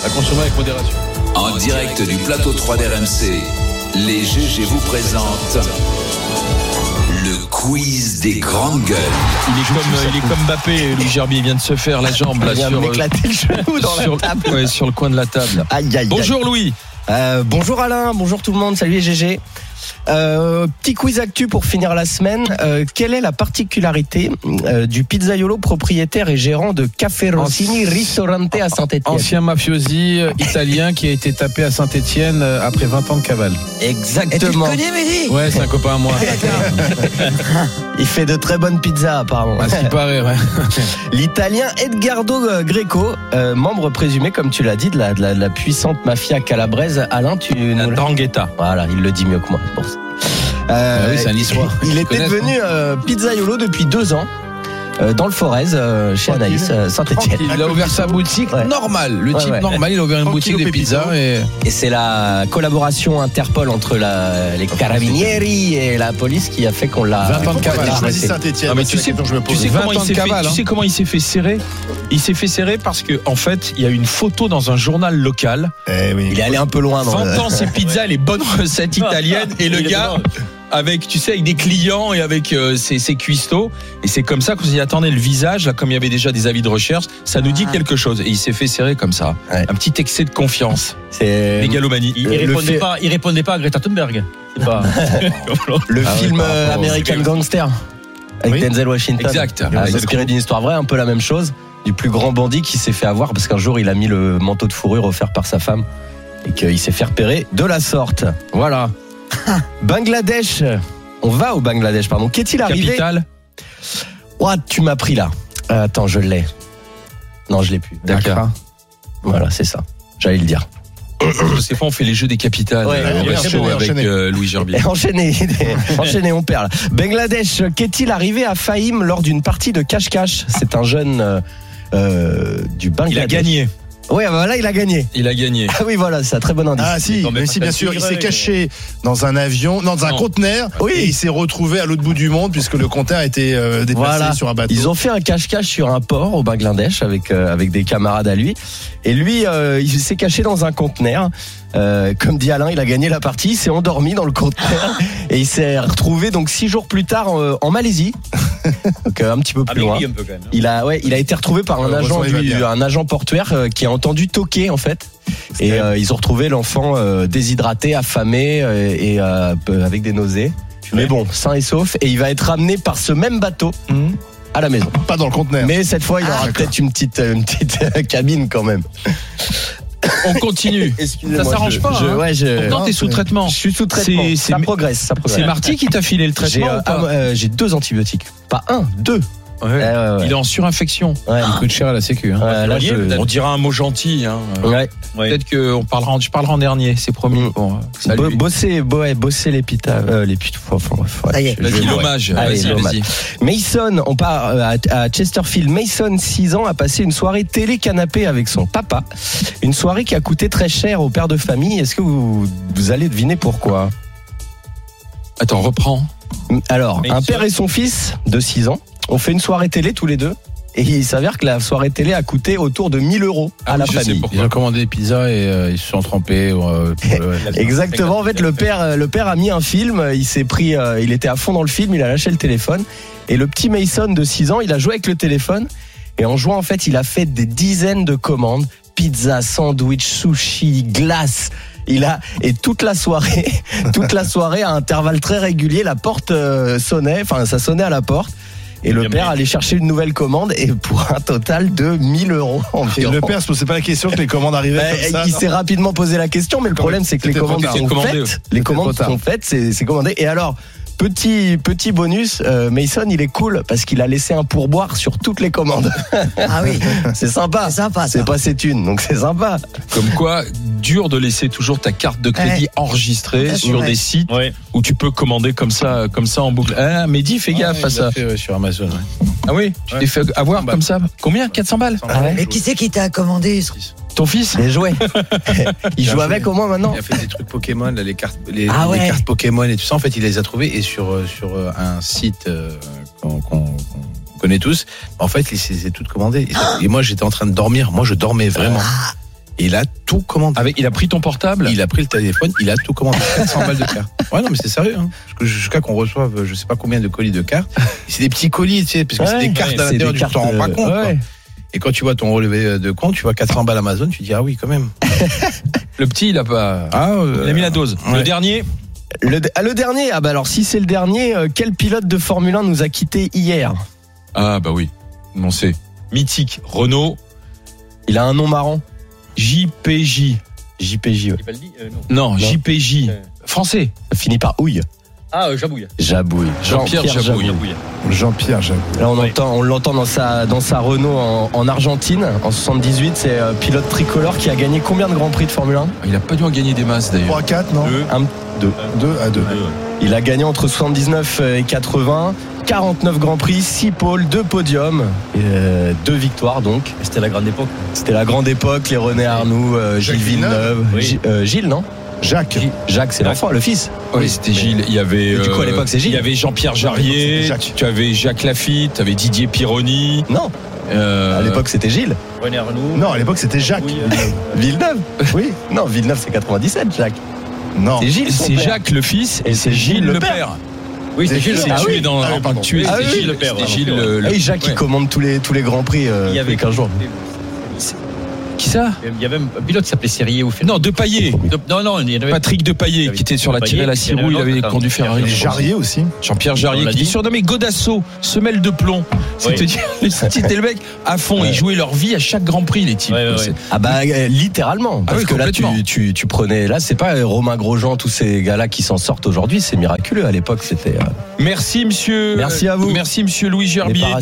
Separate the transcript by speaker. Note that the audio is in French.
Speaker 1: À consommer avec modération.
Speaker 2: En direct du plateau 3 d'RMC, les GG vous présentent le quiz des grandes gueules.
Speaker 3: Il est, comme, il est comme Mbappé, Louis Gerbier il vient de se faire la jambe là,
Speaker 4: Il vient de
Speaker 5: euh.
Speaker 3: sur,
Speaker 4: m'éclater le genou dans la
Speaker 3: sur-
Speaker 4: table.
Speaker 3: ouais, sur le coin de la table.
Speaker 4: Aïe, aïe, aïe.
Speaker 3: Bonjour Louis.
Speaker 4: Euh, bonjour Alain, bonjour tout le monde, salut les GG. Euh, petit quiz actu pour finir la semaine. Euh, quelle est la particularité euh, du pizzaiolo propriétaire et gérant de Café Rossini Ristorante à Saint-Etienne
Speaker 5: Ancien mafiosi euh, italien qui a été tapé à Saint-Etienne après 20 ans de cavale.
Speaker 4: Exactement.
Speaker 5: Ouais, c'est un copain à moi.
Speaker 4: Il fait de très bonnes pizzas apparemment.
Speaker 5: À Bah, ce qui paraît, ouais.
Speaker 4: L'Italien Edgardo euh, Greco, euh, membre présumé comme tu l'as dit de la, de la- de la puissante mafia calabraise. Alain, tu nous l'as-
Speaker 3: Drangheta.
Speaker 4: Voilà, il le dit mieux que moi, je pense. Euh,
Speaker 5: Ah oui, c'est un niçois.
Speaker 4: Il était
Speaker 5: connaissent,
Speaker 4: devenu euh, pizzaiolo depuis deux ans euh, dans le Forez, euh, chez
Speaker 5: Tranquille.
Speaker 4: Anaïs, euh, Saint-Etienne.
Speaker 5: Tranquille, il a ouvert sa boutique
Speaker 4: Ouais.
Speaker 5: normale. Le
Speaker 4: Ouais,
Speaker 5: type
Speaker 4: ouais.
Speaker 5: normal, il a ouvert une
Speaker 3: Tranquille
Speaker 5: boutique de
Speaker 3: au Pépito.
Speaker 5: pizza et.
Speaker 4: Et c'est la collaboration Interpol entre la, les carabinieri et la police qui a fait qu'on l'a.
Speaker 5: 20 ans de
Speaker 4: qu'on l'a
Speaker 5: cavale.
Speaker 6: J'ai choisi
Speaker 4: arrêté.
Speaker 6: Saint-Etienne.
Speaker 3: Ah, mais tu sais-
Speaker 6: je me
Speaker 3: Tu
Speaker 6: pose.
Speaker 3: sais,
Speaker 5: 20
Speaker 3: comment il
Speaker 5: ans de
Speaker 3: s'est fait,
Speaker 5: cavale,
Speaker 3: tu
Speaker 5: hein.
Speaker 3: sais comment il s'est fait serrer Il s'est fait serrer parce que en fait, il y a une photo dans un journal local
Speaker 6: Eh oui.
Speaker 4: Il est allé un peu loin dans le-
Speaker 3: vendant ses pizzas, les bonnes recettes italiennes et le gars avec tu sais avec des clients et avec euh, ses, ses cuistots et c'est comme ça qu'on s'est dit attendez le visage là comme il y avait déjà des avis de recherche ça nous dit quelque chose et il s'est fait serrer comme ça
Speaker 4: Ouais.
Speaker 3: un petit excès de confiance
Speaker 4: C'est
Speaker 3: mégalomanie
Speaker 7: Il,
Speaker 4: Le- le
Speaker 7: répondait
Speaker 4: fait-
Speaker 7: pas, il répondait pas à Greta Thunberg. C'est pas.
Speaker 4: le
Speaker 3: Ah ouais,
Speaker 4: film
Speaker 3: par rapport
Speaker 4: euh,
Speaker 3: au-
Speaker 4: American Gangster avec
Speaker 6: Oui.
Speaker 4: Denzel Washington.
Speaker 3: exact
Speaker 4: Ah, inspiré d'une histoire vraie, un peu la même chose, du plus grand bandit qui s'est fait avoir parce qu'un jour il a mis le manteau de fourrure offert par sa femme et qu'il s'est fait repérer de la sorte. Voilà. Bangladesh. On va au Bangladesh, pardon. Qu'est-il arrivé
Speaker 3: capital
Speaker 4: Ouah, tu m'as pris là. Euh, attends, je l'ai. Non, je l'ai plus.
Speaker 3: D'accord.
Speaker 4: Voilà, c'est ça. J'allais le dire.
Speaker 3: je sais pas on fait les jeux des capitales
Speaker 4: Ouais,
Speaker 3: euh, on
Speaker 6: ouais,
Speaker 3: va
Speaker 6: ouais,
Speaker 3: chaud
Speaker 6: ouais,
Speaker 3: avec
Speaker 6: enchaîner.
Speaker 3: euh, Louis Gerbier
Speaker 4: Et enchaînez, enchaînez, on perd. là. Bangladesh, qu'est-il arrivé à Fahim lors d'une partie de cache-cache C'est un jeune euh, euh, du Bangladesh.
Speaker 3: il a gagné
Speaker 4: Ouais, bah voilà, il a gagné.
Speaker 3: il a gagné
Speaker 4: Ah oui, voilà, c'est un très bon indice.
Speaker 6: Ah si,
Speaker 3: Non, mais
Speaker 6: mais si
Speaker 3: pas
Speaker 6: bien
Speaker 3: ça.
Speaker 6: sûr, il s'est caché dans un avion, non, dans un
Speaker 3: Non.
Speaker 6: conteneur,
Speaker 4: Oui.
Speaker 6: et il s'est retrouvé à l'autre bout du monde puisque le conteneur était euh, déplacé
Speaker 4: Voilà.
Speaker 6: sur un bateau.
Speaker 4: Ils ont fait un cache-cache sur un port au Bangladesh avec euh, avec des camarades à lui. Et lui, euh, il s'est caché dans un conteneur. Euh, comme dit Alain, il a gagné la partie, il s'est endormi dans le conteneur et il s'est retrouvé donc six jours plus tard euh, en Malaisie, donc euh, un petit
Speaker 3: Ah,
Speaker 4: peu plus loin.
Speaker 7: un peu quand même.
Speaker 4: Il a ouais, il a été retrouvé par un agent
Speaker 6: Heureusement, il va
Speaker 4: du-
Speaker 6: bien.
Speaker 4: un agent portuaire euh, qui a entendu toquer en fait. Et euh, ils ont retrouvé l'enfant euh, déshydraté, affamé euh, et euh, peu- avec des nausées. Mais bon, sain et sauf, et il va être ramené par ce même bateau à la maison.
Speaker 6: Pas dans le conteneur.
Speaker 4: Mais cette fois, il aura peut-être une petite, une petite euh, cabine quand même.
Speaker 3: on continue
Speaker 4: Excusez-moi.
Speaker 3: Ça s'arrange
Speaker 4: je-
Speaker 3: pas,
Speaker 4: je-
Speaker 3: hein.
Speaker 4: Ah, ouais, je,
Speaker 3: pourtant t'es sous traitement
Speaker 4: je suis sous traitement.
Speaker 3: C'est- c'est-
Speaker 4: Ça progresse, ça
Speaker 3: c'est
Speaker 4: progresse.
Speaker 3: Marty qui t'a filé le
Speaker 4: J'ai
Speaker 3: traitement
Speaker 4: euh,
Speaker 3: ou pas
Speaker 4: un- euh, j'ai deux antibiotiques. Pas un, deux. Eh,
Speaker 3: Ouais.
Speaker 4: Ouais, ouais, ouais.
Speaker 3: il est en surinfection
Speaker 4: Ouais.
Speaker 5: Il coûte cher à la sécu. hein.
Speaker 4: Ouais, là, je-
Speaker 3: on dira un mot gentil hein. Euh,
Speaker 4: Ouais.
Speaker 3: Peut-être que on parlera, en- je parlerai en dernier, c'est promis.
Speaker 4: Mm.
Speaker 3: Bon, euh, salut.
Speaker 4: Bo- bosser, bo- ouais, bosser l'épitaphe. Euh, l'épitaphe, enfin, bref, ouais,
Speaker 8: Ça y est.
Speaker 4: je- je-
Speaker 3: Vas-y, Bah, l'hommage.
Speaker 4: Allez,
Speaker 3: Vas-y,
Speaker 4: l'hommage.
Speaker 3: vas-y.
Speaker 4: Mason, on part euh, à, à Chesterfield. Mason, 6 ans, a passé une soirée télé-canapé avec son papa. Une soirée qui a coûté très cher au père de famille. Est-ce que vous, vous allez deviner pourquoi
Speaker 3: Attends, reprends.
Speaker 4: Alors,
Speaker 7: Mais
Speaker 4: un
Speaker 7: il se-
Speaker 4: père et son fils de 6 ans ont fait une soirée télé tous les deux. Et il s'avère que la soirée télé a coûté autour de 1000 euros à
Speaker 3: Ah
Speaker 4: la
Speaker 3: oui, je sais
Speaker 4: famille.
Speaker 3: pourquoi.
Speaker 5: Ils ont commandé des pizzas et euh, ils se sont trempés. euh, pour le- ouais.
Speaker 4: Exactement. En fait, le père, euh, le père a mis un film. euh, Il s'est pris, euh, il était à fond dans le film. Il a lâché le téléphone. Et le petit Mason de 6 ans, il a joué avec le téléphone. Et en jouant, en fait, il a fait des dizaines de commandes pizza, sandwich, sushi, glace. Il a et toute la soirée, toute la soirée à intervalles très réguliers, la porte euh, sonnait. Enfin, ça sonnait à la porte. Et le père allait chercher une nouvelle commande et pour un total de 1000 euros
Speaker 6: Et
Speaker 4: environ.
Speaker 6: le père se posait pas la question que les commandes arrivaient
Speaker 4: Euh,
Speaker 6: comme ça.
Speaker 4: il
Speaker 6: non
Speaker 4: s'est rapidement posé la question, mais le problème c'est que les
Speaker 6: c'était
Speaker 4: commandes
Speaker 6: trop
Speaker 3: tard.
Speaker 4: sont
Speaker 3: Commandé, ouais.
Speaker 4: faites. Les
Speaker 6: trop
Speaker 4: commandes
Speaker 6: tard.
Speaker 4: sont faites, c'est c'est commandé. Et alors, petit petit bonus, euh, Mason il est cool parce qu'il a laissé un pourboire sur toutes les commandes.
Speaker 8: Ah oui,
Speaker 4: C'est sympa.
Speaker 8: c'est sympa ça.
Speaker 4: C'est pas ses thunes, donc c'est sympa.
Speaker 3: Comme quoi, dur de laisser toujours ta carte de crédit enregistrée
Speaker 8: Ouais,
Speaker 3: sur
Speaker 8: ouais.
Speaker 3: des sites
Speaker 7: Ouais.
Speaker 3: où tu peux commander comme ça, comme ça en boucle. Ah, mais dis, fais
Speaker 5: Ah,
Speaker 3: gaffe
Speaker 5: il
Speaker 3: à ça.
Speaker 5: l'a fait, ouais, sur Amazon. ouais.
Speaker 3: Ah oui, tu
Speaker 5: Ouais.
Speaker 3: t'es fait avoir
Speaker 5: 400
Speaker 3: comme ça. Combien 400 balles
Speaker 8: Ah Mais qui c'est qui t'a commandé ce-
Speaker 3: Ton fils
Speaker 4: Les jouets. il joue avec au moins maintenant.
Speaker 5: Il a fait des trucs Pokémon, là, les cartes, les,
Speaker 8: Ah
Speaker 5: les
Speaker 8: ouais.
Speaker 5: cartes Pokémon et tout ça. En fait, il les a trouvés et sur euh, sur euh, un site euh, qu'on qu'on- qu'on connaît tous. En fait, il s'est toutes commandées. Et moi, j'étais en train de dormir. Moi, je dormais vraiment. Et il a tout commandé.
Speaker 3: Avec, il a pris ton portable
Speaker 5: Il a pris le téléphone, il a tout commandé. 400 balles de cartes. Ouais, non, mais c'est sérieux. Hein. Jusqu- Jusqu'à qu'on reçoive, euh, je sais pas combien de colis de cartes. C'est des petits colis, tu sais, parce que
Speaker 4: Ouais,
Speaker 5: c'est des cartes
Speaker 4: ouais,
Speaker 5: à
Speaker 4: c'est
Speaker 5: l'intérieur
Speaker 4: des
Speaker 5: du temps.
Speaker 4: cartes,
Speaker 5: pas
Speaker 4: euh,
Speaker 5: compte. quoi.
Speaker 4: ouais.
Speaker 5: Et quand tu vois ton relevé euh, de compte, tu vois 400 balles Amazon, tu dis ah oui, quand même.
Speaker 3: Le petit, il a pas.
Speaker 5: Ah,
Speaker 3: Il a mis la
Speaker 4: euh,
Speaker 3: dose. Le
Speaker 5: ouais.
Speaker 3: dernier,
Speaker 4: Le, de- ah, le dernier, ah bah alors si c'est le dernier, euh, quel pilote de Formule 1 nous a quitté hier
Speaker 3: ah bah oui, on sait. Mythique, Renault,
Speaker 4: Il a un nom marrant.
Speaker 3: JPJ.
Speaker 4: JPJ, ouais.
Speaker 7: Ibaldi, euh, non.
Speaker 3: Non, JPJ.
Speaker 7: Euh.
Speaker 3: Français.
Speaker 4: ça finit par houille.
Speaker 7: Ah, euh, Jabouille.
Speaker 4: Jabouille.
Speaker 3: Jean-Pierre Jabouille.
Speaker 6: Jean-Pierre, j'avoue.
Speaker 4: Là, on entend- on l'entend dans sa, dans sa Renault en, en Argentine, en 78. C'est euh, pilote tricolore qui a gagné combien de grands prix de Formule 1
Speaker 3: Ah, Il a pas dû en gagner des masses d'ailleurs.
Speaker 6: 3, 4, non
Speaker 7: Deux.
Speaker 4: Un- deux.
Speaker 6: 2 à 2.
Speaker 4: Il a gagné entre 79 et 80, 49 grands prix, 6 pôles, 2 podiums, et, euh, 2 victoires donc.
Speaker 7: C'était la grande époque.
Speaker 4: C'était la grande époque, les René Arnoux, euh, Gilles
Speaker 6: Jacques Villeneuve.
Speaker 4: Villeneuve,
Speaker 7: Oui.
Speaker 4: Gi- euh, Gilles, non
Speaker 6: Jacques.
Speaker 4: Jacques, c'est l'enfant, le fils.
Speaker 3: Oui, c'était Gilles. Il y avait.
Speaker 4: Mais du coup, à
Speaker 3: euh,
Speaker 4: l'époque, c'est Gilles.
Speaker 3: Il y avait Jean-Pierre Jarrier.
Speaker 6: Jacques.
Speaker 3: Tu avais Jacques Lafitte. Tu avais Didier Pironi.
Speaker 4: Non,
Speaker 3: euh,
Speaker 4: à l'époque, c'était Gilles.
Speaker 7: René Arnoux.
Speaker 6: Non, à l'époque, c'était Jacques.
Speaker 7: Jabouille,
Speaker 5: euh,
Speaker 4: Villeneuve Oui. Non, Villeneuve, c'est 97, Jacques.
Speaker 6: Non.
Speaker 4: C'est Gilles, son
Speaker 3: C'est
Speaker 4: père.
Speaker 3: Jacques le fils et c'est Gilles le père.
Speaker 7: Oui, c'est
Speaker 6: C'est-
Speaker 7: Gilles.
Speaker 6: c'est-
Speaker 7: Ah
Speaker 3: Tu
Speaker 7: oui.
Speaker 3: es dans
Speaker 6: Ah oui, pardon.
Speaker 3: tu es-
Speaker 4: Ah
Speaker 3: c'est
Speaker 4: oui,
Speaker 3: Gilles le
Speaker 7: le
Speaker 3: père. hein.
Speaker 7: père,
Speaker 3: C'était
Speaker 7: pardon.
Speaker 3: Gilles le- le-
Speaker 4: Et Jacques,
Speaker 3: ouais.
Speaker 4: il commande tous les, tous les grands prix euh,
Speaker 7: Il y avait
Speaker 4: tous les 15 jours.
Speaker 3: Qui ça
Speaker 7: Il y avait un pilote qui s'appelait Serrier ou Ferrari.
Speaker 3: Non, Depaillé.
Speaker 7: Non, non, non, il y en avait
Speaker 3: Patrick Depaillé qui était sur la
Speaker 7: Depaillé,
Speaker 3: tirée à la
Speaker 7: qui
Speaker 3: scie
Speaker 7: était
Speaker 3: roue, il
Speaker 7: l'autre,
Speaker 3: avait
Speaker 7: attends,
Speaker 3: conduit Ferrari.
Speaker 7: Pierre
Speaker 3: je pense.
Speaker 6: Jarrier aussi.
Speaker 3: Jean-Pierre
Speaker 7: On
Speaker 3: Jarrier
Speaker 7: l'a
Speaker 3: qui
Speaker 7: dit.
Speaker 3: est surnommé Godasso, semelle de plomb. C'était c'était le mec à fond, ils jouaient leur vie à chaque Grand Prix les types.
Speaker 7: Ouais, ouais, ouais.
Speaker 3: C'est-
Speaker 4: Ah bah euh, littéralement parce
Speaker 3: oui,
Speaker 4: que là
Speaker 3: complètement.
Speaker 4: tu, tu, tu prenais là c'est pas euh, Romain Grosjean tous ces gars là qui s'en sortent aujourd'hui c'est miraculeux à l'époque c'était euh,
Speaker 3: Merci monsieur.
Speaker 4: Merci à vous.
Speaker 3: Merci monsieur Louis Gerbier.
Speaker 4: parachutes.